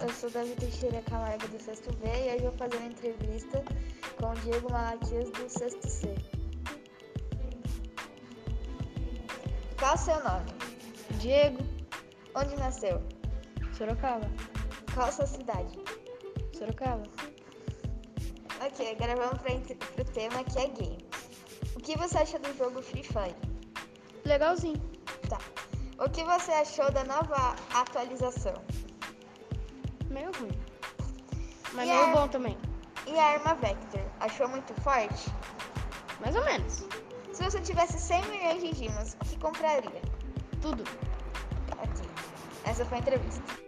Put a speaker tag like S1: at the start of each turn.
S1: eu sou Davi Teixeira Camargo do Sexto B e hoje eu vou fazer uma entrevista com o Diego Malaquias do Sexto C. Qual o seu nome?
S2: Diego,
S1: Onde nasceu?
S2: Sorocaba,
S1: Qual a sua cidade?
S2: Sorocaba.
S1: Ok, agora vamos para o tema que é game. O que você acha do jogo Free Fire?
S2: Legalzinho.
S1: Tá. O que você achou da nova atualização?
S2: Meio ruim. Mas
S1: E
S2: meio
S1: é-
S2: bom também.
S1: E a arma Vector? Achou muito forte?
S2: Mais ou menos.
S1: Se você tivesse 100 milhões de dimas, o que compraria?
S2: Tudo.
S1: Ok. Essa foi a entrevista.